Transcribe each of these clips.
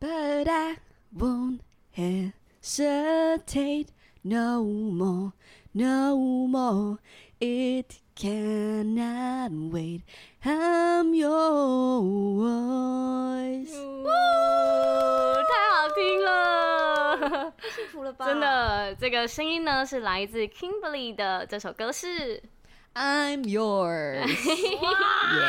But I won't hesitate no more, no more. It cannot wait. I'm your voice。哦，太好听了，幸福了吧真。的，这个声音呢是来自 Kimberly 的这首歌是。 I'm yours。耶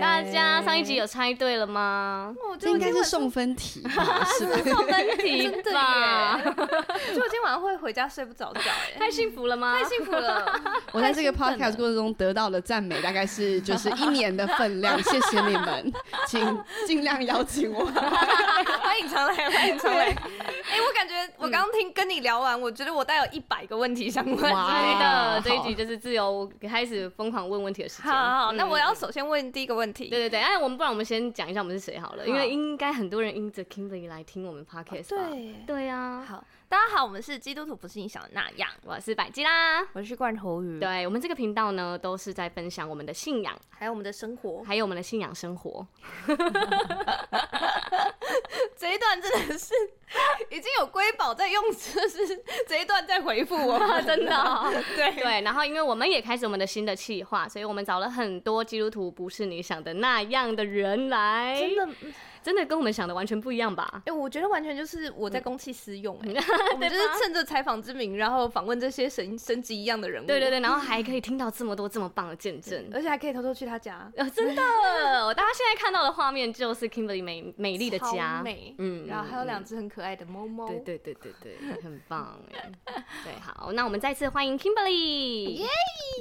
大家上一集有猜对了吗？我这应该是送分题 吧，是吧？送分题 真的吧，就我今晚上会回家睡不着觉 哎，太幸福了吗？太幸福了， 我在这个 podcast 过程中得到的赞美大概是就是一年的分 量，谢谢你们，请尽量邀请我。 欢迎常 来，欢迎常来。哎，我感觉我刚刚听跟你聊完，我觉得我大概有一百个问题想问。哇对啊的，这一好集就是自由开始疯狂问问题的时间。好好，嗯那我要首先问第一个问对题。对对，哎，我们不然我们先讲一下我们是谁好了，因好为应该很多人因着 Kimberly 来听我们 podcast 吧。对啊，好，大家好，我们是基督徒，不是你想的那样。我是百基啦。我是罐头鱼，对我们这个频道呢，都是在分享我们的信仰，还有我们的生活，还有我们的信仰生活。 这一段真的是 已经有瑰宝在用，就是这一段在回复 我们，真的哦对对，然后因为我们也开始我们的新的企划，所以我们找了很多基督徒不是你想的那样的人来，真的，真的跟我们想的完全不一样吧？哎、我觉得完全就是我嗯在公器私用、哎、 我们就是趁着采访之名，然后访问这些神神级一样的人物，对对对，然后还可以听到这么多这么棒的见证。而且还可以偷偷去他家，呃，真的，我大家现在看到的画面就是 Kimberly 美美丽的超家，美，嗯嗯，然后还有两嗯只很可爱的猫猫，对对对对对，很棒哎， 对，好，那我们再次欢迎 Kimberly，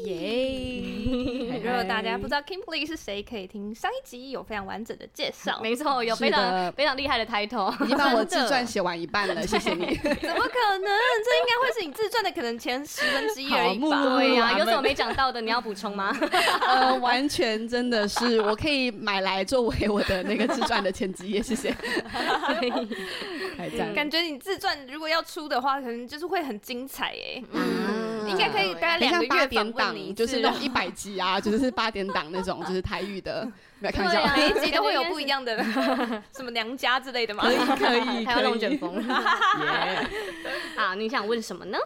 耶！ 如果大家不知道 Kimberly 是谁，可以听上一集有非常完整的介绍。没错，有是非的常非常厉害的 title， 已经把我自传写完一半 了，谢谢你。怎么可能？这应该会是你自传的可能前十分之一而已好目录吧？对呀、我们有什么没讲到的，你要补充 吗？ 呃，完全真的是我可以买来作为我的那个自传的前几页，谢 谢。还赞嗯感觉你自传如果要出的话，可能就是会很精彩哎、嗯应该可以大概很两个像八月点访问档，你一就次是那种一百集啊，就是八点档那种，就是台语的，没有 开玩对笑，啊每一集都会有不一 样的什么娘家之类的嘛可。以可以，还有那种可以 卷风 耶啊，你想问什么呢？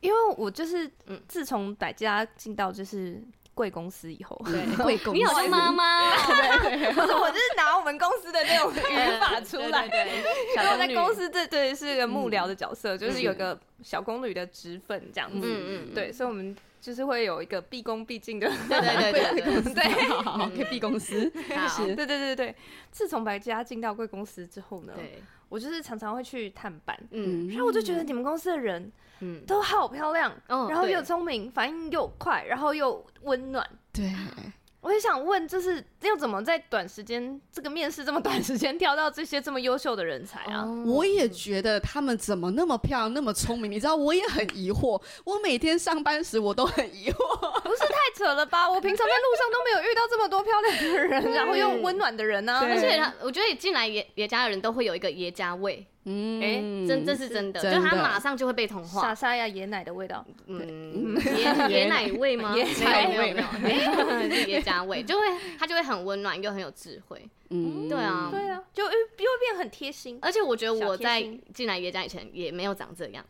因为我就是嗯自从百家进到就是贵公司 以后，贵公你好像司 妈妈哦，不是我就是拿我们公司的那种语法出来。对对 对然小后我在宫女公，司这对是个幕僚的角色，就是有个小宫女的职分这样子。嗯嗯，嗯，对，所以我们就是会有一个毕恭毕敬的。对对对对对， 对好 好好可以闭公司，好是对对对对，自从百家进到贵公司之后呢，对，我就是常常会去探班，嗯然后我就觉得你们公司的人嗯，都好漂亮，哦然后对又聪明，反应又快，然后又温暖。对，我也想问，就是要怎么在短时间这个面试这么短时间调到这些这么优秀的人才啊？哦我也觉得他们怎么那么漂亮，那么聪明？你 知道，我也很疑惑。我每天上班时，我都很疑哦惑。不是太扯 了吧？我平常在路上都没有遇到这么多漂亮的人，然后又温暖的人呢、啊对而且他，我觉得进来爷爷家的人都会有一个爷家味， 嗯真这是真的，真就的他马上就会被同傻化，傻呀，爷奶的味道，嗯，爷爷奶味吗？爷没有没有奶没有， 是爷家味，就会他就会很温暖又很有智慧，嗯对啊对啊，就又又变很贴心。而且我觉得我小贴在心进来爷家以前也没有长这样，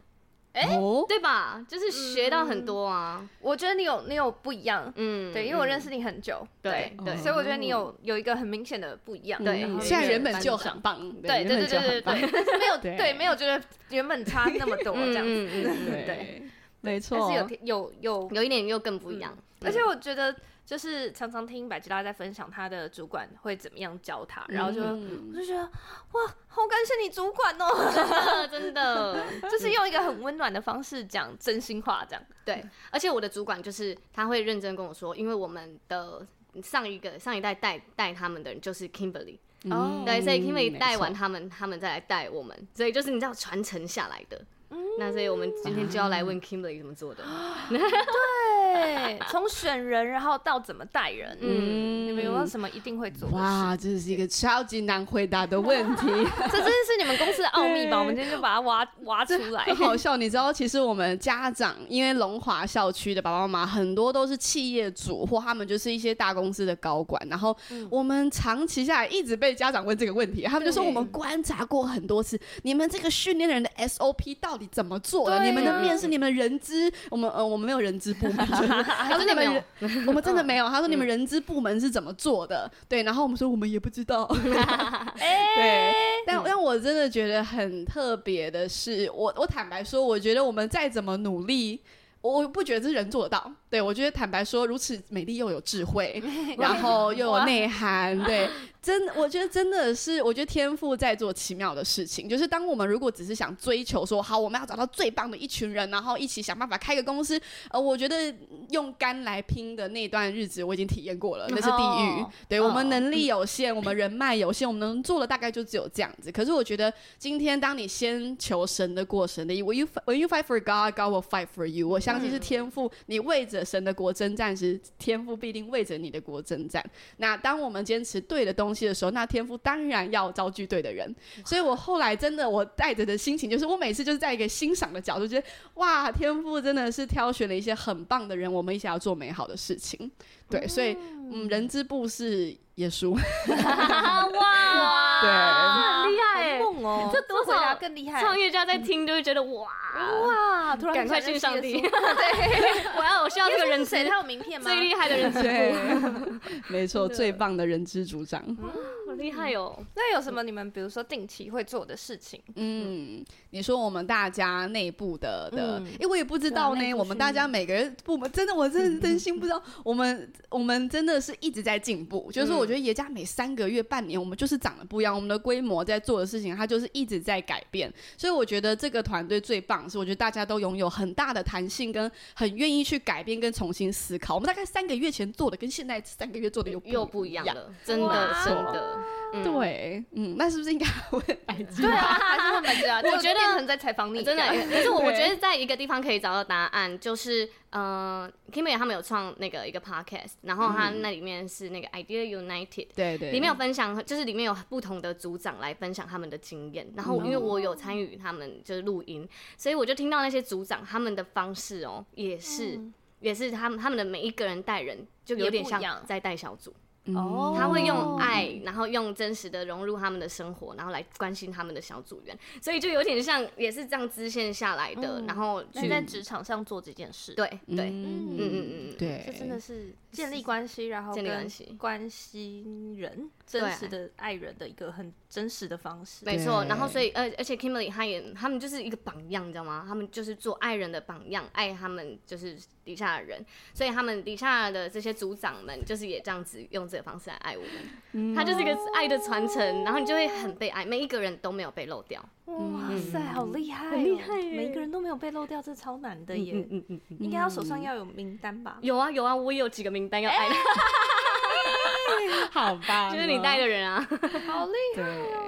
嗯哦，对吧？就是嗯学到很多啊，我觉得你有你有不一样，嗯，对，因为我认识你很久，对嗯对对，所以我觉得你有有一个很明显的不一样。对然嗯后虽然也原本班就长很棒，对原对本就对对很对棒对，但 是没有对对没有觉得原本差那么 多这样子，嗯嗯嗯对，没但错是，有贴有有嗯有一点又更不一样，嗯嗯而且我觉得，就是常常听百吉拉在分享她的主管会怎么样教她，嗯然后就、嗯我就觉得哇，好感谢你主管哦， 真的。 就是用一个很温暖的方式讲真心话，这样。对，而且我的主管就是他会认真跟我说，因为我们的上一个上一代带带他们的人就是 Kimberly，、哦对，所以嗯没 Kimberly 带完错他们，他们再来带我们，所以就是你知道嗯 嗯传承下来的。那所以我们今天就要来问 Kimberly 怎么做的。对， 从选人然后到怎么带人，嗯嗯，你们有没有什么一定会做的事？哇，这是一个超级难回答的问题。 这真的是你们公司的奥秘吧？我们今天就把它挖挖出 来 很。好笑，你知道，其实我们家长因为龙华校区的爸爸妈妈很多都是企业主，或他们就是一些大公司的高管，然后我们长期下来一直被家长问这个问题，他们就说嗯对我们观察过很多次，你们这个训练的人的 SOP 到底怎么做的？对啊你们的面试，你们的人资，我们呃我们没有人资部 门，啊他说真你的没们有人我们真的没有，他说你嗯们人资部门是怎么做的？对，然后我们说我们也不知道。对， 但但我真的觉得很特别的是，我我坦白说，我觉得我们再怎么努力。我我不觉得这人做得到，对我觉得坦白说，如此美丽又有智慧，然后又有内涵，对，真我觉得真的是，我觉得天赋在做奇妙的事情，就是当我们如果只是想追求说，好，我们要找到最棒的一群人，然后一起想办法开个公司，呃，我觉得用肝来拼的那段日子，我已经体验过了，那是地狱。哦对我们哦能力有限，我们人脉有限，我们能做的大概就只有这样子。可是我觉得今天当你先求神的过神的意，When you when you fight for God, God will fight for you。我相信是天赋，你为着神的国征战时，天赋必定为着你的国征战。那当我们坚持对的东西的时候，那天赋当然要招聚对的人。所以我后来真的，我带着的心情就是，我每次就是在一个欣赏的角度，觉得哇，天赋真的是挑选了一些很棒的人，我们一起要做美好的事情。对，所以嗯，人之部是耶稣， 哇，对很厉害好欸梦哦，这多回答少更厉害。创业家在听就会觉得哇，哇！突然赶快想信认上识帝耶稣 对，我要我需要 这个人耶稣是谁？谁他有名片吗？最厉害的人 资对部，， 没错，真的最棒的人之组长。好厉害哦！那有什么你们比如说定期会做的事情？嗯，你说我们大家内部的的，嗯因为我也不知道对啊内呢。部我们大家每个人部门，真的，我真的真心不知道。我们我们真的是一直在进 步，就是说我觉得爷家每三个月、半年，我们就是长得不一样，我们的规模在做的事情，它就是一直在改变。所以我觉得这个团队最棒是，我觉得大家都拥有很大的弹性，跟很愿意去改变跟重新思考。我们大概三个月前做的，跟现在三个月做的又又不不一一样。了，真的哇真的，嗯，对，嗯，那是不是应该问白金？对啊，还是问本 质啊？我觉得变成在采访你，真的。可是我 我对觉得在一个地方可以找到答案，就是嗯 k i m i 他们有创那个一个 podcast，然后他那里面是那个 Idea United。 对对，里面有分享，就是里面有不同的组长来分享他们的经验。然后因为我有参与他们就是录音，所以我就听到那些组长他们的方式哦、也是、也是他们他们的每一个人带人，就有点嗯也不一样像在带小组。哦他会嗯用爱，然后用真实的融入他们的生活，然后来关心他们的小组员，所以就有点像也是这样支线下来的，嗯然后那去在职场上做这件事，对，对，嗯嗯嗯嗯嗯嗯，对，这真的是建立关系，然后建立跟关系关心人，真实的爱人的一个很真实的方式。没错。对然后所以呃，而且 Kimberly 他也他们就是一个榜样，你知道吗？他们就是做爱人的榜样，爱他们就是底下的人，所以他们底下的这些组长们就是也这样子用这个方式来爱我们，他就是一个爱的传承，然后你就会很被爱，每一个人都没有被漏掉。哇塞，好嗯厉害哦，很厉害耶每一个人都没有被漏掉，这超难的耶。嗯嗯嗯，应该要手上要有名单吧？有啊有啊，我也有几个名单要爱的。好吧， 就是你 带的人啊， 好厉害！对，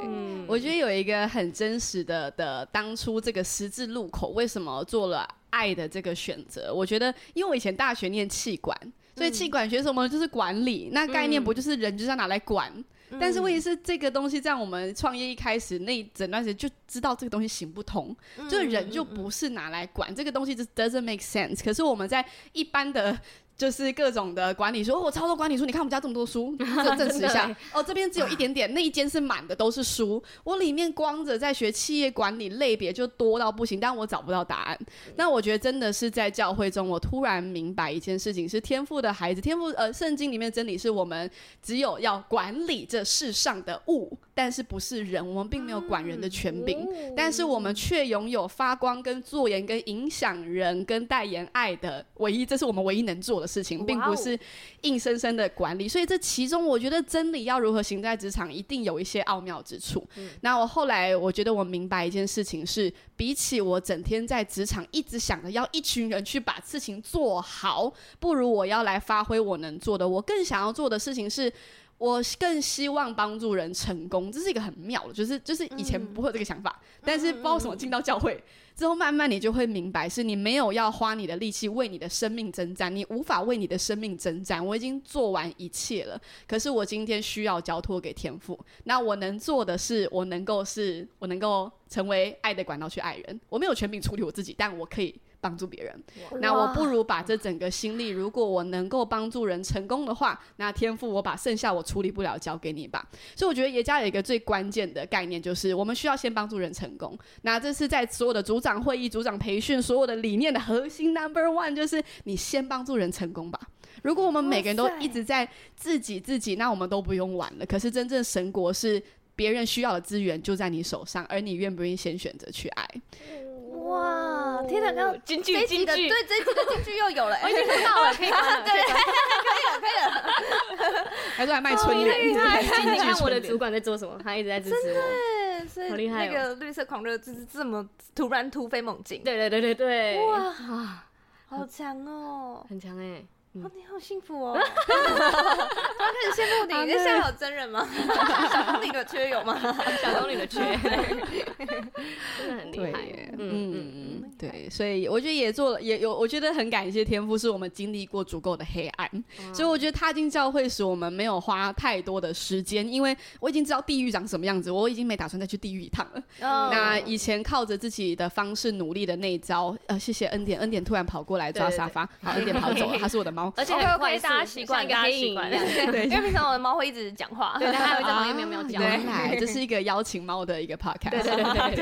嗯 我觉得有一个很真实的的，当初这个十字路口为什么做了爱的这个选择？我觉得，因为我以前大学念气管。所以嗯气管学什么就是管理，那概念不就是人就是要拿来管？嗯但是问题是，这个东西在我们创业一开始那一整段时间就知道这个东西行不通，就人就不是拿来管、这个东西，就 doesn't make sense。可是我们在一般的。就是各种的管理书，哦我超多管理书，你看我们家这么多书，证证实一下。哦，这边只有一点点，那一间是满的，都是书。我里面光着在学企业管理类别就多到不行，但我找不到答案。那我觉得真的是在教会中，我突然明白一件事情：是天赋的孩子，天赋呃，圣经里面真理是我们只有要管理这世上的物，但是不是人，我们并没有管人的权柄，嗯但是我哦们却拥有发光、跟做盐、跟影响人、跟代言爱的唯一，这是我们唯一能做的事情，并哇不哦是硬生生的管理。所以这其中，我觉得真理要如何行在职场，一定有一些奥妙之处。嗯那我后来我觉得我明白一件事情是，比起我整天在职场一直想着要一群人去把事情做好，不如我要来发挥我能做的。我更想要做的事情是。我更希望帮助人成功，这是一个很妙的，就是就是以前不会有这个想法，但是不知道为什么进到教会之后，慢慢你就会明白，是你没有要花你的力气为你的生命征战，你无法为你的生命征战。我已经做完一切了，可是我今天需要交托给天父。那我能做的是，我能够是，我能够成为爱的管道去爱人。我没有权柄处理我自己，但我可以帮助别人。那我不如把这整个心力，如果我能够帮助人成功的话，那天赋我把剩下我处理不了交给你吧。所以我觉得耶加有一个最关键的概念，就是我们需要先帮助人成功。那这是在所有的组长会议、组长培训、所有的理念的核心 number one，就是你先帮助人成功吧。如果我们每个人都哇塞一直在自己自己，那我们都不用玩了。可是真正神国是。别人需要的资源就在你手上，而你愿不愿意先选择去爱？哇，天哪，刚京这剧一集京的剧，对这一集的金句又有了，我哎已经看到 了，可以关了。对，还是来卖春联？厉害京你剧看我春的联主管在做什么，他一直在支持我。对，所以好厉害哦那个绿色狂热就是这么突然突飞猛进，，对对对对对，哇啊，好强哦。很强哎！哦，你好幸福 哦！突然开始羡慕你，啊你在下面有真人啊吗？ 小公你的缺有吗？ 小东你的缺，真的很厉对害耶，。嗯嗯，嗯嗯，厉对，所以我觉得也做了，也有，我觉得很感谢天父，是我们经历过足够的黑暗，所以我觉得踏进教会时，我们没有花太多的时间，因为我已经知道地狱长什么样子，我已经没打算再去地狱一趟了。嗯哦那以前靠着自己的方式努力的那一招，呃，谢谢恩典，恩典突然跑过来抓对对。沙发，好，恩典跑走了，它是我的猫而且 OK，OK，很快速大家习像惯一个黑影一大样家 习。对因为平常我的猫会一直讲 话，对，但它还会在旁边喵喵啊叫。原来这是一个邀请猫的一 个 podcast。对对对对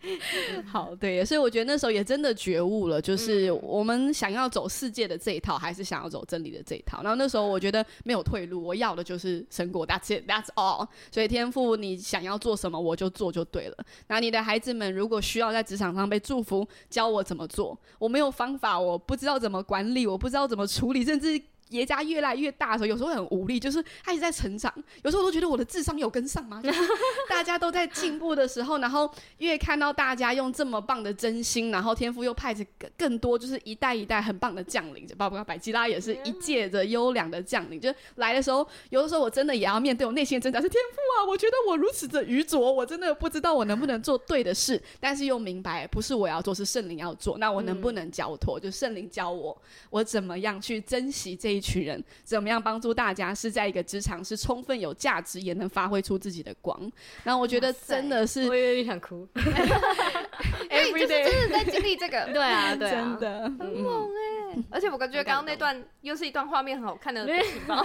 对对，好，对，所以我觉得那时候也真的觉悟了，就是我们想要走世界的这一套，还是想要走真理的这一套。然后那时候我觉得没有退路，我要的就是神果，That's it，That's all。所以天赋，你想要做什么我就做就对了。那你的孩子们如果需要在职场上被祝福，教我怎么做，我没有方法，我不知道怎么管理，我不知道怎么处理，甚至。爷家越来越大的时候，有时候会很无力，就是他一直在成长。有时候我都觉得我的智商有跟上吗？就是 大家都在进步的时候，然后越看到大家用这么棒的真心，然后天赋又派着更更多，就是一代一代很棒的将领，包括百吉拉也是一届的优良的将领。就来的时候，有的时候我真的也要面对我内心的挣扎，是天赋啊，我觉得我如此的愚拙，我真的不知道我能不能做对的事，但是又明白不是我要做，是圣灵要做。那我能不能交托？就圣灵教我，我怎么样去珍惜这一群人，怎么样帮助大家是在一个职场是充分有价值，也能发挥出自己的光。然后我觉得哇塞真的是 我有点想哭。因为你就是 everyday 真的在经历这 个，对啊，对 啊，真的，很猛哎、而且我感觉刚刚那段又是一段画面很好看的地方，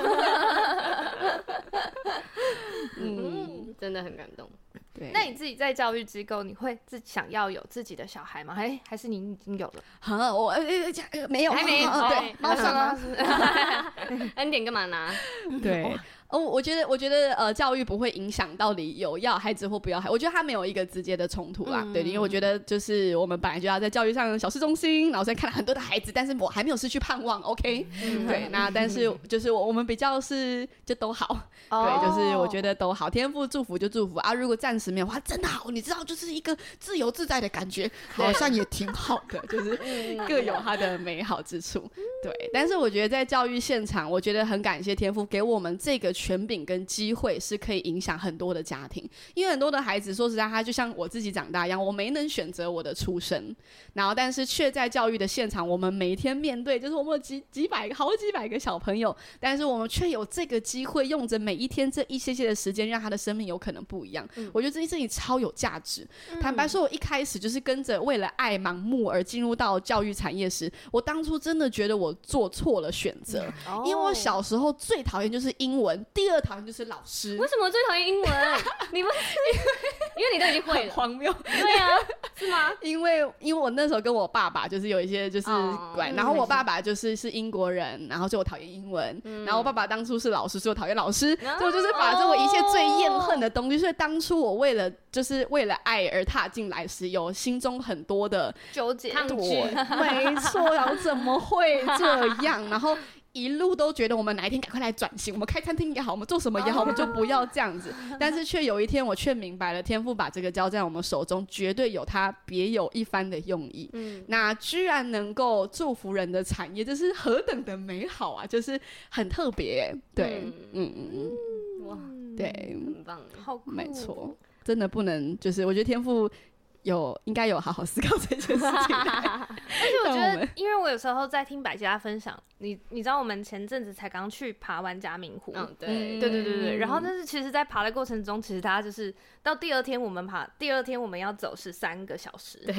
嗯，嗯，真的很感动。对。那你自己在教育机构，你会自想要有自己的小孩吗？还、还是你已经有了？好，我呃呃呃呃没有，还没呃呃对哦，猫上啊，恩典干嘛拿？对，哦，我觉得，我觉得，呃，教育不会影响到底有要孩子或不要孩，我觉得它没有一个直接的冲突啦。对，因为我觉得就是我们本来就要在教育上小市中心，然后再看了很多的孩子，但是我还没有失去盼望，OK？、对，嗯 那但是就是我我们比较是就都好，哦对，就是我觉得得都好，天赋祝福就祝福啊。如果暂时没有，哇，真的好，你知道，就是一个自由自在的感觉，好像也挺好的，就是嗯各有它的美好之处。对，但是我觉得在教育现场，我觉得很感谢天赋给我们这个权柄跟机会，是可以影响很多的家庭。因为很多的孩子，说实在，他就像我自己长大一样，我没能选择我的出身，然后但是却在教育的现场，我们每天面对就是我们有几几百个、好几百个小朋友，但是我们却有这个机会，用着每一天这一些些的时间，让他的生命有可能不一样。我觉得这件事情超有价值。嗯坦白说，我一开始就是跟着为了爱盲目而进入到教育产业时，我当初真的觉得我做错了选择，嗯哦因为哦我小时候最讨厌就是英文，第二讨厌就是老师为。什么最讨厌英 文？你们因为你都已经会很了，荒谬，对啊，是吗？因为因为我那时候跟我爸爸就是有一些就是哦管，然后我爸爸就是是英国人，然后就我讨厌英文，嗯然后我爸爸当初是老师，所以我讨厌老师，啊所以我就是把这我一切最哦厌恨的东西，所以当初我为了就是为了爱而踏进来时，有心中很多的纠结，抗拒对，没错，然后怎么会这样？然后。一路都觉得我们哪一天赶快来转型，我们开餐厅也好，我们做什么也好，我们就不要这 样子。但是却有一天，我却明白了，天赋把这个交在我们手中，绝对有它别有一番的用意。嗯，那居然能够祝福人的产业，这是何等的美好啊！就是很特别欸、对，嗯嗯嗯嗯，哇，对，嗯很棒哎。好酷，哦没错，真的不能就是，我觉得天赋有应该有好好思考这件事情。 而且我但觉我得们，因为我有时候在听百吉拉分享，你你知道我们前阵子才刚去爬完嘉 明湖，嗯，对，对对对对，嗯然后但是其实，在爬的过程中，其实它就是到第二天我们爬，第二天我们要走是三个小时，对，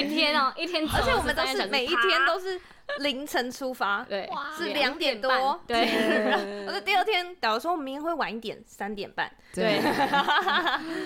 一天哦，一天走而了13个小时，且我们都是每一天啪，都是凌晨出发对哇，是两两点点半多，对嗯而且第二天，假如说我们明天会晚一点，三点半，对，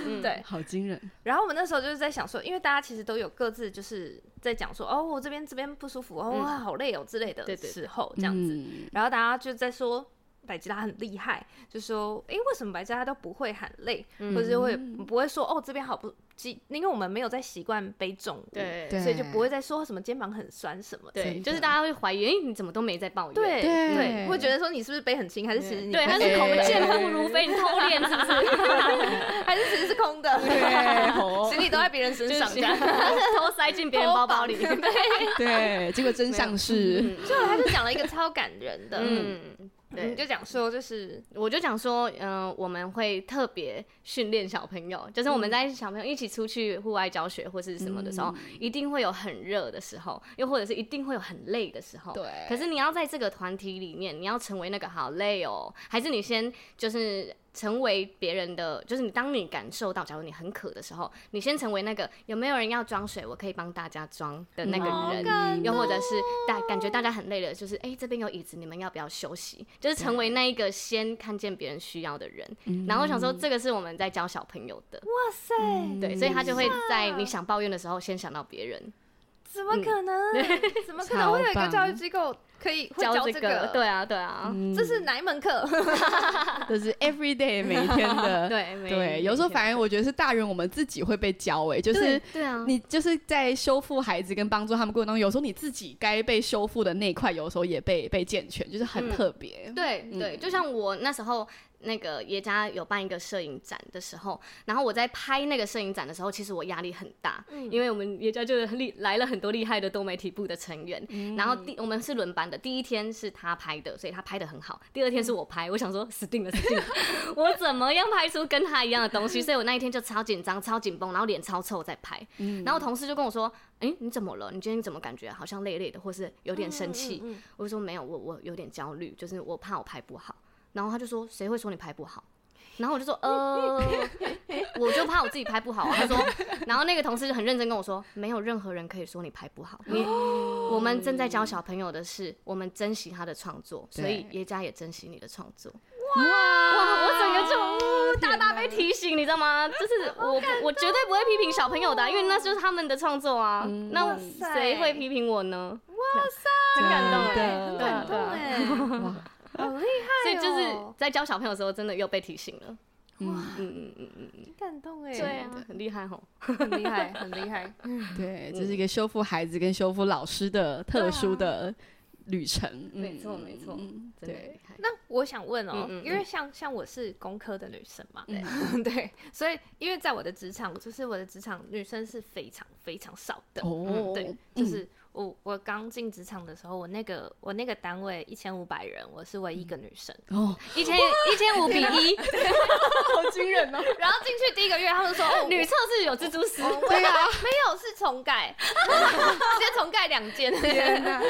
嗯对，好惊人，然后我们那时候就是在想说，因为大家其实都有各自就是在讲说，哦，我这边这边不舒服，哦，嗯哇，好累哦之类的对对对时候，这样子，嗯然后大家就在说百吉拉很厉害，就说诶，为什么百吉拉都不会喊累，嗯或者是会不会说哦这边好不，记因为我们没有在习惯背重物，对对所以就不会再说什么肩膀很酸什么的。对，真就是的大家会怀疑，哎，你怎么都没在抱怨？对对对，会觉得说你是不是背很轻，还是其实你对，他是口孔哎见步如飞，你偷练 是不是？还是其实是空的，对 哦 行李都在别人身就是上这 样。偷塞进别人包包 里。偷绑对，对，结果真相是，最后他就讲了一个超感人的，嗯，嗯，你对，就讲说就是我就讲说，嗯、我们会特别训练小朋友，就是我们在小朋友一起出去户外教学或是什么的时候，一定会有很热的时候，又或者是一定会有很累的时候。对可是你要在这个团体里面，你要成为那个好累哦，还是你先就是成为别人的，就是你当你感受到，假如你很渴的时候，你先成为那个有没有人要装水，我可以帮大家装的那个好人。感又或者是大感觉大家很累了，就是哎、这边有椅子，你们要不要休息？就是成为那一个先看见别人需要的人。然后我想说，这个是我们在教小朋友的，哇塞，对，所以他就会在哇你想抱怨的时候，先想到别人怎么可能？ 怎么可能超会有一个棒教育机构可以会教教这这个个？。对啊，对啊，这是哪一门课？就是 every day 每一天的，对没对，有时候反而我觉得是大人我们自己会被教哎，就是对。对啊，你就是在修复孩子跟帮助他们过程当中，有时候你自己该被修复的那一块，有时候也被被健全，就是很嗯特别。对嗯对，就像我那时候那个爷家有办一个摄影展的时候，然后我在拍那个摄影展的时候，其实我压力很大，因为我们爷家就是很厉来了很多厉害的多媒体部的成员，然后第我们是轮班的，第一天是他拍的，所以他拍的很好，第二天是我拍，我想说死定了死定了， 我怎么样拍出跟他一样的东西？所以我那一天就超紧张、超紧绷，然后脸超臭在拍，然后我同事就跟我说：“哎、你怎么了？你今天怎么感觉好像累累的，或是有点生气？”嗯我就说：“没有，我我有点焦虑，就是我怕我拍不好。”然后他就说：“谁会说你拍不好？”然后我就说：“呃， 我就怕我自己拍不好、啊。”他说，然后那个同事就很认真跟我说：“没有任何人可以说你拍不好，你我们正在教小朋友的是，我们珍惜他的创作，所以对耶加也珍惜你的创作。”哇，哇我整个就呜大大被提醒，你知道吗？就是我不我绝对不会批评小朋友的啊、因为那就是他们的创作啊。那哇塞谁会批评我呢？很感动哎很感动哎，啊哇好厉所害以哦！就是在教小朋友的时候，真的又被提醒了。嗯，嗯嗯嗯嗯嗯，很感动哎，对啊，很厉害吼。很厉害，很厉 害。对，这是一个修复孩子跟修复老师的特殊的旅程。嗯啊没错没错嗯真的很厉对，害。那我想问哦嗯嗯，嗯因为像像我是工科的女生嘛，嗯 对，所以因为在我的职场，就是我的职场女生是非常非常少的，哦，嗯对，就是我我刚进职场的时候，我那个我那个单位一千五百人，我是唯一一嗯个女生， 哦，一千一千五比一，好惊人哦！然后进去第一个月，他们说 哦，女厕是有蜘蛛丝，对啊，没有是重盖，直接重盖两间。天哪，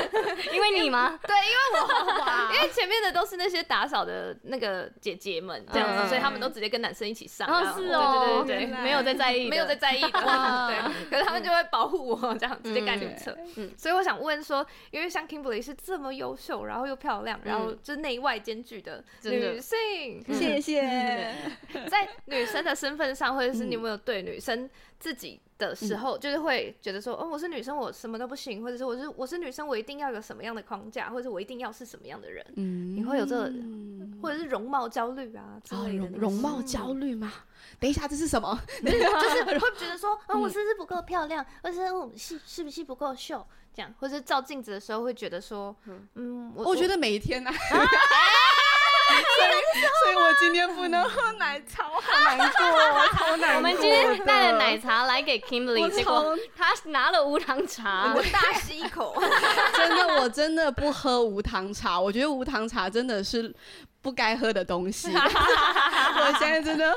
因为你吗？嗯对，因为 我 因为前面的都是那些打扫的那个姐姐们这样子，嗯所以他们都直接跟男生一起上。然后是哦，对对对对没有在在意对，的，没有在在意 的。哇对，可是他们就会保护我，这样直接盖女厕。嗯嗯，所以我想问说，因为像 Kimberly 是这么优秀，然后又漂亮，然后就是内外兼具嗯的嗯真的女性，谢谢。在女生的身份上，或者是你有没有对女生自己的时候，就是会觉得说，哦，我是女生，我什么都不行，或者是我是我是女生，我一定要有什么样的框架，或者是我一定要是什么样的人，嗯你会有这个或者是容貌焦虑嗯啊之哦类的容那种，容貌焦虑吗？等一下，这是什么？ 就是会觉得 说，嗯，我是不是不够漂亮，或者是嗯我是是不是不够秀，这样，或者是照镜子的时候会觉得说，嗯，我我觉得得每一 天啊。所以，啊所以我今天不能喝奶茶， 我好难过，我超难过的。我们今天带了奶茶来给 Kimberly，我结果她拿了无糖茶我，大吸 一口， 真的，我真的不喝无糖茶。我觉得无糖茶真的是不该喝的东西。我现在真的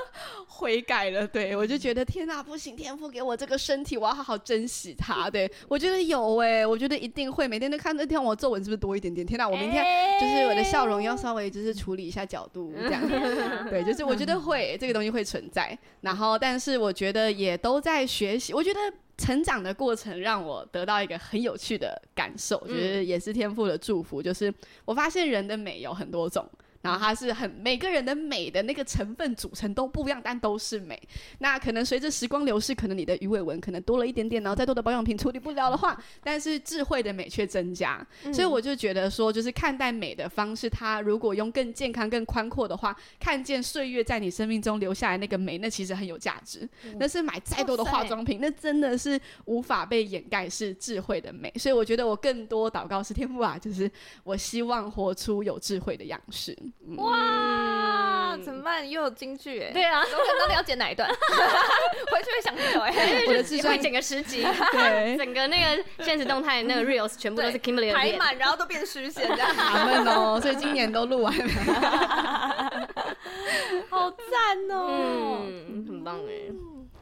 悔改了，对我就觉得天哪，不行，天赋给我这个身体，我要好好珍惜它。对我觉得有哎、我觉得一定会，每天都看那天我皱纹是不是多一点点？天哪，我明天就是我的笑容要稍微就是处理一下角度这样。对，就是我觉得会这个东西会存在，然后但是我觉得也都在学习，我觉得。成长的过程让我得到一个很有趣的感受，就是也是天赋的祝福。就是我发现人的美有很多种，然后它是很每个人的美的那个成分组成都不一样，但都是美。那可能随着时光流逝，可能你的鱼尾纹可能多了一点点，然后再多的保养品处理不了的话，但是智慧的美却增加。嗯所以我就觉得说，就是看待美的方式，它如果用更健康、更宽阔的话，看见岁月在你生命中留下来那个美，那其实很有价值。那是买再多的化妆品，那真的是无法被掩盖，是智慧的美。所以我觉得我更多祷告是天赋啊，就是我希望活出有智慧的样式。哇，怎么办？又有京剧哎，对啊，我可能都了解哪一段， 回去会想很久哎。我的只智会商整个十集，对，整个那个现实动态那个 reels 全部都是 Kimberly 的嗯排脸。满，然后都变虚线这样，阿闷哦，所以今年都录完了。好赞哦，嗯，很棒哎。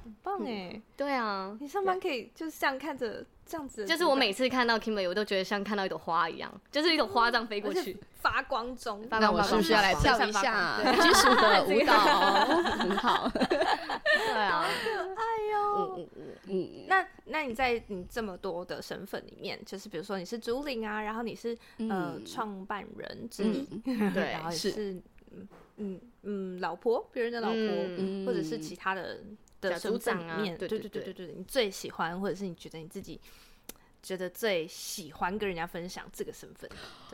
很棒哎！对啊，你上班可以就是这样看着这样子的姿就势，是我每次看到 Kimberly，我都觉得像看到一朵花一样，就是一朵花这样飞过而且去。发光中，发那我是不是要来跳一下金属的舞蹈？很好，对啊，哎嗯呦，嗯嗯，嗯，那那你在你这么多的身份里面，就是比如说你是主领啊，然后你是呃嗯创、办人之一，嗯对然，后也是是嗯嗯嗯老婆，别人的老婆，嗯或者是其他的的小身组份长啊里面，对对对对对对，你最喜欢或者是你觉得你自己觉得最喜欢跟人家分享这个身 份，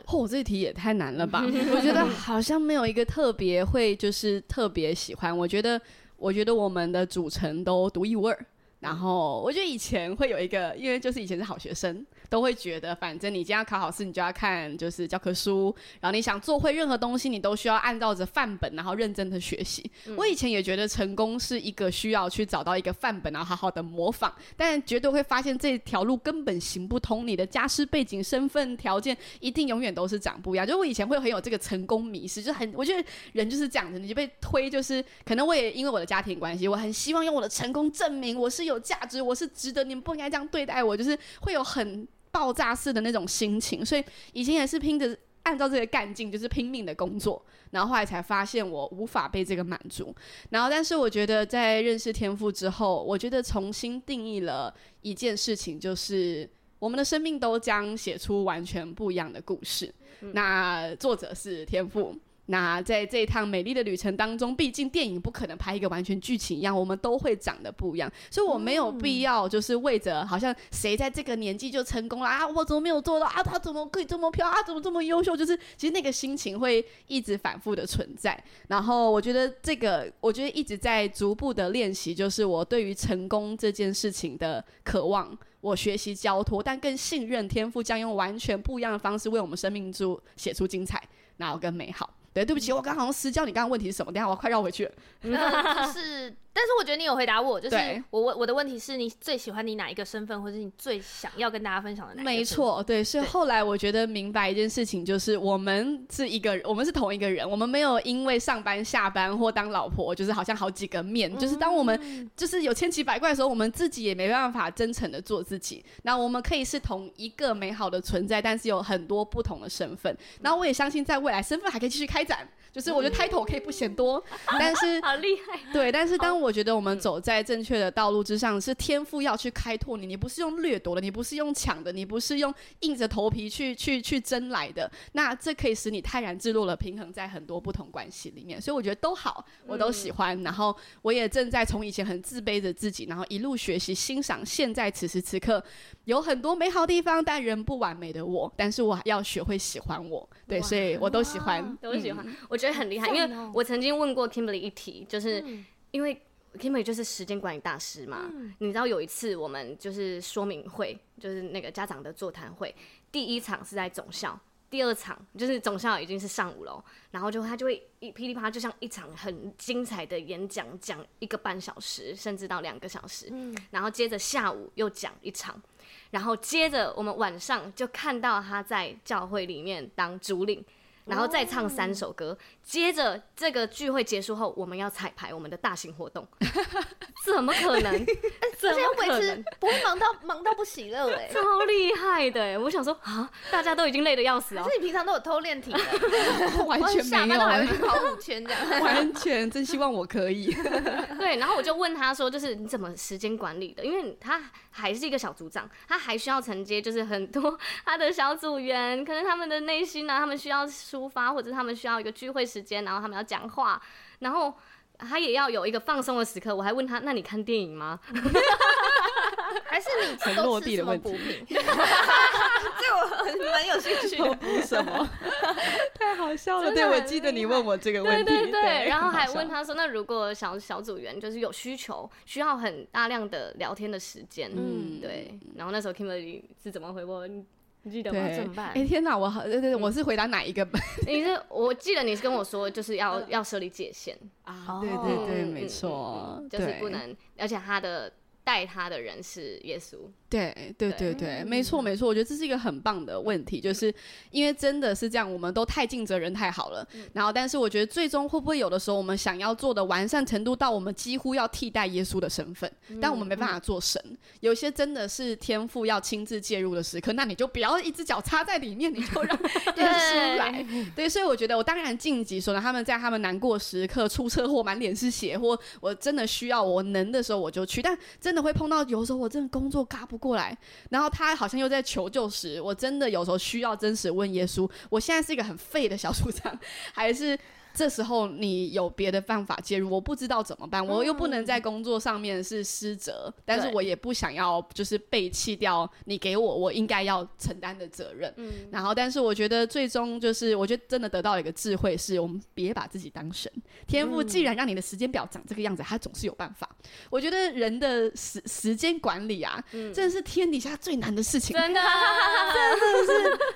嚯、哦这题也太难了吧！我觉得好像没有一个特别会，就是特别喜欢。我觉得，我觉得我们的组成都独一无二。然后我觉得以前会有一个，因为就是以前是好学生，都会觉得反正你今天要考好试，你就要看就是教科书，然后你想做会任何东西，你都需要按照着范本，然后认真的学习。我以前也觉得成功是一个需要去找到一个范本，然后好好的模仿，但绝对会发现这条路根本行不通。你的家世背景、身份条件一定永远都是长不一样。就我以前会很有这个成功迷失，就很我觉得人就是这样子，你就被推，就是可能我也因为我的家庭关系，我很希望用我的成功证明我是有价值，我是值得，你们不应该这样对待我，就是会有很爆炸式的那种心情。所以以前也是拼着。按照这个干劲，就是拼命的工作，然后后来才发现我无法被这个满足。然后，但是我觉得在认识天赋之后，我觉得重新定义了一件事情，就是我们的生命都将写出完全不一样的故事。那作者是天赋。那在这一趟美丽的旅程当中，毕竟电影不可能拍一个完全剧情一样，我们都会长得不一样，所以我没有必要就是为着好像谁在这个年纪就成功了啊，我怎么没有做到啊？他怎么可以这么漂亮啊？怎么这么优秀？就是其实那个心情会一直反复的存在。然后我觉得这个，我觉得一直在逐步的练习，就是我对于成功这件事情的渴望。我学习交托，但更信任天赋将用完全不一样的方式为我们生命中写出精彩，然后跟美好。对，对不起，我刚刚好像私教你刚刚问题是什么？等一下我要快绕回去了。呃就是，但是我觉得你有回答我，就是对我问我的问题是你最喜欢你哪一个身份，或者是你最想要跟大家分享的哪一个？没，错，对，所以对后来我觉得明白一件事情，就是我们是一个，我们是同一个人，我们没有因为上班、下班或当老婆，就是好像好几个面，就是当我嗯们就是有千奇百怪的时候，我们自己也没办法真诚的做自己。那我们可以是同一个美好的存在，但是有很多不同的身份。然后我也相信，在未来身份还可以继续开展，就是嗯我觉得 title 可以不嫌多，但是好厉害。对，但是当我觉得我嗯们走在正确的道路之上，是天赋要去开拓你，你不是用掠夺的，你不是用抢的，你不是用硬着头皮去去去争来的。那这可以使你泰然自若的平衡在很多不同关系里面，所以我觉得都好，我都嗯喜欢。然后我也正在从以前很自卑的自己，然后一路学习欣赏现在此时此刻有很多美好地方，但人不完美的我，但是我要学会喜欢我。对，所以我都喜欢，嗯都喜欢，我觉得很厉害，赞因哦为我曾经问过 Kimberly 一题，就是因为 Kimberly 就是时间管理大师嘛，你知道有一次我们就是说明会，就是那个家长的座谈会，第一场是在总校。第二场就是总校已经是上午了，然后就他就会一噼里啪啦，就像一场很精彩的演讲，讲一个半小时甚至到两个小时，然后接着下午又讲一场，然后接着我们晚上就看到他在教会里面当主领，然后再唱三首歌。接着这个聚会结束后，我们要彩排我们的大型活动， 怎么可能？怎而且要么可维持能？不会忙到忙到不喜 乐哎、超厉害的欸！我想说啊，大家都已经累得要死哦 可，是你平常都有偷练体能，完下全没班都还会有，啊去跑五圈这样。 完全真希望我可以。对，然后我就问他说，就是你怎么时间管理的？因为他还是一个小组长，他还需要承接就是很多他的小组员，可能他们的内心啊呢、他们需要抒发，或者他们需要一个聚会时间，然后他们要讲话，然后他也要有一个放松的时刻。我还问他，那你看电影吗？还是你很都落吃地什的么问补题品？ 这我很蛮有兴趣 都的。不什么， 太好笑了。真的对，很我记得你问我这个问对题，对对，然后还很好笑问他说，那如果小小组员就是有需求，需要很大量的聊天的时间，嗯对。然后那时候 Kimberly 是怎么回我？你你记得吗？对，怎么办哎、天哪，我好，对对嗯对，我是回答哪一个吧？ 你是我记得你是跟我说，就是要要设立界限，嗯啊对嗯对对对对对，没没错、嗯就是不能，而且他的带他的人是耶稣，对对对对对，没嗯错没错，我觉得这是一个很棒的问题，就是因为真的是这样，我们都太尽责任太好了。嗯然后，但是我觉得最终会不会有的时候，我们想要做的完善程度到我们几乎要替代耶稣的身份，但我们嗯没办法做神。有些真的是天赋要亲自介入的时刻，那你就不要一只脚插在里面，你就让耶稣来。对，所以我觉得我当然晋级，说呢，他们在他们难过时刻出车祸，满脸是血，或我真的需要我能的时候我就去，但真的会碰到有时候我真的工作嘎不过来，然后他好像又在求救时，我真的有时候需要真实问耶稣，我现在是一个很废的小组长，还是？这时候你有别的办法介入，我不知道怎么办，我又不能在工作上面是失责，但是嗯对我也不想要就是背弃掉你给我我应该要承担的责任。嗯，然后，但是我觉得最终就是，我觉得真的得到了一个智慧是，我们别把自己当神。天赋既然让你的时间表长这个样子，他总是有办法。我觉得人的时时间管理啊，嗯真的是天底下最难的事情。 真的，啊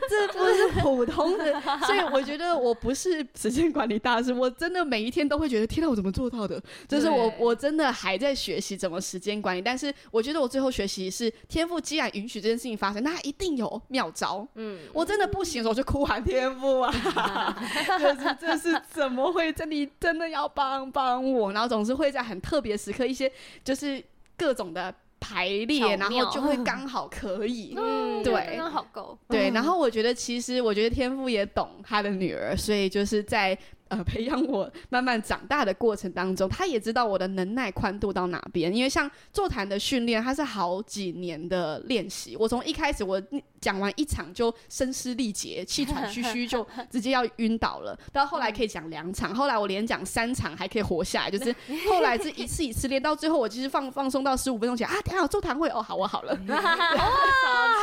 这不是普通的，所以我觉得我不是时间管理大师，我真的每一天都会觉得，天哪，我怎么做到的？就是我对我真的还在学习怎么时间管理，但是我觉得我最后学习是天赋，既然允许这件事情发生，那它一定有妙招。嗯，我真的不行的时候就哭喊天赋啊！ 就是这是怎么会？这你真的要帮帮我？然后总是会在很特别时刻，一些就是各种的排列，巧然妙后就会刚好可 以。嗯对刚刚好够。对，然后我觉得其实我觉得天赋也懂他的女儿，所以就是在。呃，培养我慢慢长大的过程当中，他也知道我的能耐宽度到哪边。因为像座谈的训练，它是好几年的练习。我从一开始我讲完一场就声嘶力竭、气喘吁吁，就直接要晕倒了。到后来可以讲两场，后来我连讲三场还可以活下来，就是后来是一次一次练，到最后我其实放放松到十五分钟前啊，等一下有座谈会哦，好，我好了。超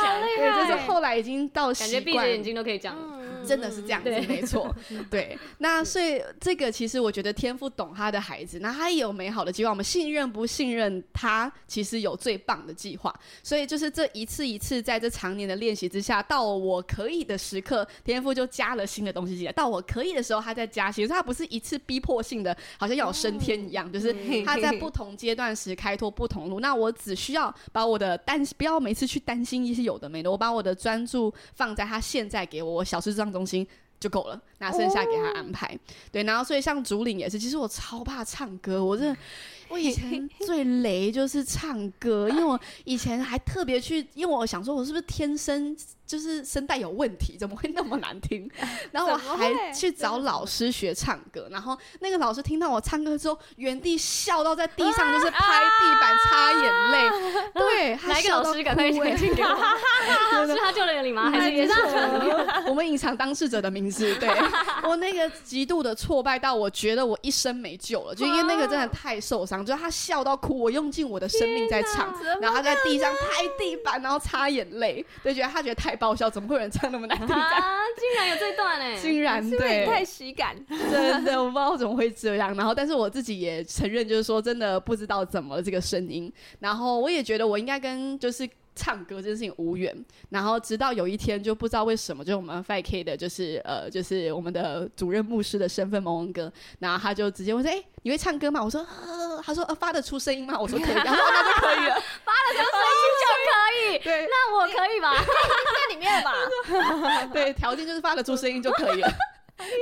强，对，就是后来已经到感习觉惯，闭着眼睛都可以讲，嗯真的是这样子，对没错。对，那所以这个其实我觉得天赋懂他的孩子，那他也有美好的计划。我们信任不信任他，其实有最棒的计划。所以就是这一次一次在这常年的练习之下，到我可以的时刻，天赋就加了新的东西进来。到我可以的时候，他再加新，所以他不是一次逼迫性的，好像要有升天一样，就是他在不同阶段时开拓不同路。那我只需要把我的担，不要每次去担心一些有的没的，我把我的专注放在他现在给我我小智障中心。就够了，那剩下给他安排。对，然后所以像竹岭也是，其实我超怕唱歌，我真的，我以前最雷就是唱 歌，因为我以前还特别去，因为我想说我是不是天生就是声带有问题，怎么会那么难 听？然后我怎么还会去找老师学唱歌，然后那个老师听到我唱歌之后，原地笑到在地上就是拍地板擦眼泪，对，他啊哪一个笑老到师赶快哭欸 推荐给我？是他救了你吗？还是没耶错稣？，我们隐藏当事者的名 字。对我那个极度的挫败到，我觉得我一生没救了，就因为那个真的太受伤，就是他笑到哭，我用尽我的生命在唱，然后他在地上拍地板，然后擦眼泪，对，觉得他觉得太爆笑，怎么会有人唱那么难听？啊，竟然有这 段哎，竟然是因为对你，太 喜感，真的，我不知道怎么会这样。然后，但是我自己也承认，就是说真的不知道怎么了这个声音。然后我也觉得我应该跟就是。唱歌这件事情无缘，然后直到有一天就不知道为什么，就我们 Five K 的，就是呃，就是我们的主任牧师的身份，蒙恩哥，然后他就直接问说：“哎、你会唱歌吗？”我说：“呃。”他说：“呃，发得出声音吗？”我说：“可以。”他说：“哦那就可以了。哎就可以，对那我可以吧？在里面吧？对，条件就是发得出声音就可以了。”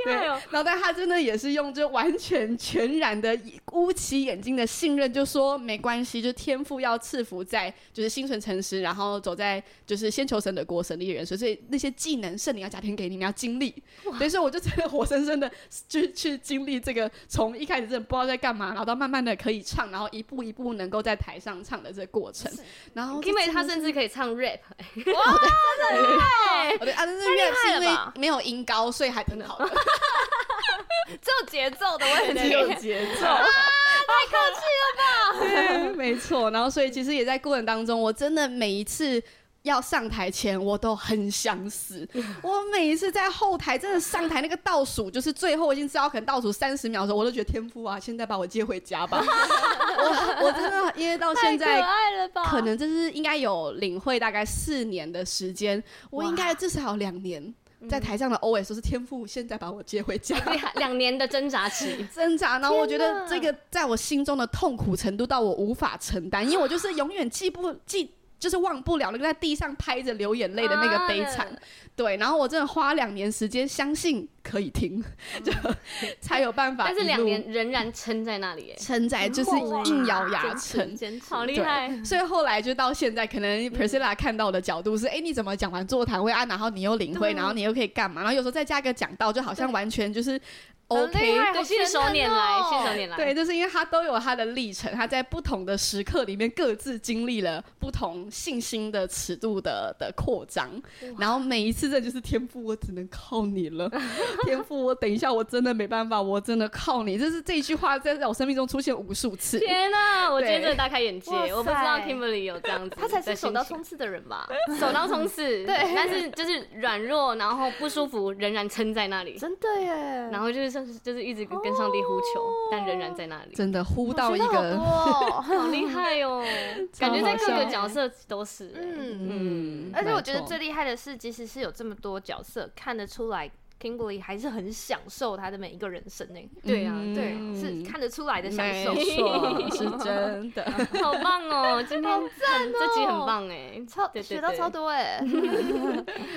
害哦！然后但他真的也是用就完全全然的乌起眼睛的信任，就说没关系，就天赋要赐福在就是心存诚实，然后走在就是先求神的国神的人所以那些技能圣灵要加添给你，你要经历。等于说我就真的活生生的去去经历这个，从一开始真的不知道在干嘛，然后到慢慢的可以唱，然后一步一步能够在台上唱的这个过程。然哦后这因为真他的甚至可以唱 rap，哦对啊，但是厉乐是害因了为吧没有音高，所以还挺好的，只有节奏的问只题，有节奏。啊太客气了吧？ 对，没错。然后，所以其实也在过程当中，我真的每一次要上台前，我都很想 死。我每一次在后台，真的上台那个倒数，就是最后已经知道可能倒数三十秒的时候，我都觉得天赋啊，现在把我接回家 吧。我我真的因为到现太在可爱了吧？可能这是应该有领会大概四年的时间，我哇应该至少有两年嗯在台上的 OS 说是天赋，现在把我接回家。，厉害两 年的挣扎期 挣扎，然后我觉天得哪这个在我心中的痛苦程度到我无法承担，因为我就是永远记不记，就是忘不了那个在地上拍着流眼泪的那个悲惨。对，然后我真的花两年时间，相信可以停，就 才有办法。但是两年仍然撑在那里耶，撑在，就是哇硬咬牙坚持撑。坚持，好厉对害！所以后来就到现在，可能 Priscilla 看到的角度是，哎、你怎么讲完座谈会啊，然后你又领会，对然后你又可以干嘛，然后有时候再加个讲道，就好像完全就是很厉 OK。害对，好信手神拈哦来，信手拈来，对，就是因为他都有他的历程，他在不同的时刻里面各自经历了不同信心的尺度的的扩张，然后每一次这就是天赋，我只能靠你 了，天赋，我等一下我真的没办法，我真的靠你，就是这一句话在在我生命中出现无数次。天哪、我今天对真的大开眼界，哇我不知道塞 Kimberly 有这样子，他才是手到冲，刺的人吧？手到冲刺， 对但是就是软弱，然后不舒服，仍然撑在那里，真的哦耶！然后就是就是就是一直跟上帝呼求，但仍然在那里，真的呼我到一学到好个多 哦好厉害 哦，超感觉在各好个笑角色都是、嗯，嗯，嗯而且我觉没得错最厉害的是，即使是有这么多角色，看得出来 Kimberly 还是很享受她的每一个人生呢、欸对啊，嗯对，是看得出来的享受。没 错，是真的。好棒哦，今天很这集很棒哎，超对对学到对超多哎、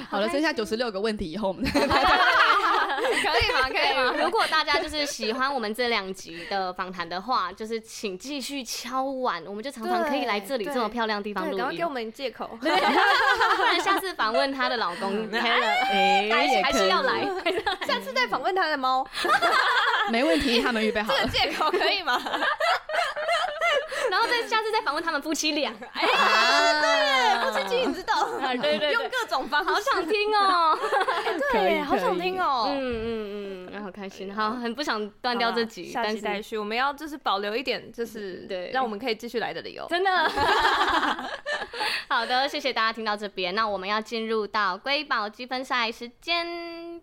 好了，剩下九十六个问题以后，我们再可以吗？可以 吗？对，如果大家就是喜欢我们这两集的访谈的话，就是请继续敲碗，我们就常常可以来这里对这么漂亮的地方对，录赶快音给我，们借 口。不然下次访问她的老公 Karen，哎还是还是要 来，下次再访问他的猫，没问题，他们预备好了。借口可 以吗？然后再下次再访问他们夫妻俩，哎，不是金鱼知道，啊对对对用各种方好式，想听 哦，可以 对，好想听哦。嗯嗯嗯嗯，好开心，好，很不想断好掉啦这集，下但期再是续。我们要就是保留一点，就是对让我们可以继续来的理由。真的。 好的，谢谢大家听到这边，那我们要进入到瑰宝积分赛时间。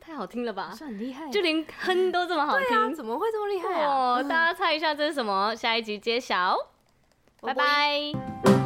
太好听了吧！很厉害就连哼都这么好啊对啊，听。怎么会这么厉害啊？哇！大家猜一下这是什么？下一集揭晓，拜我拜。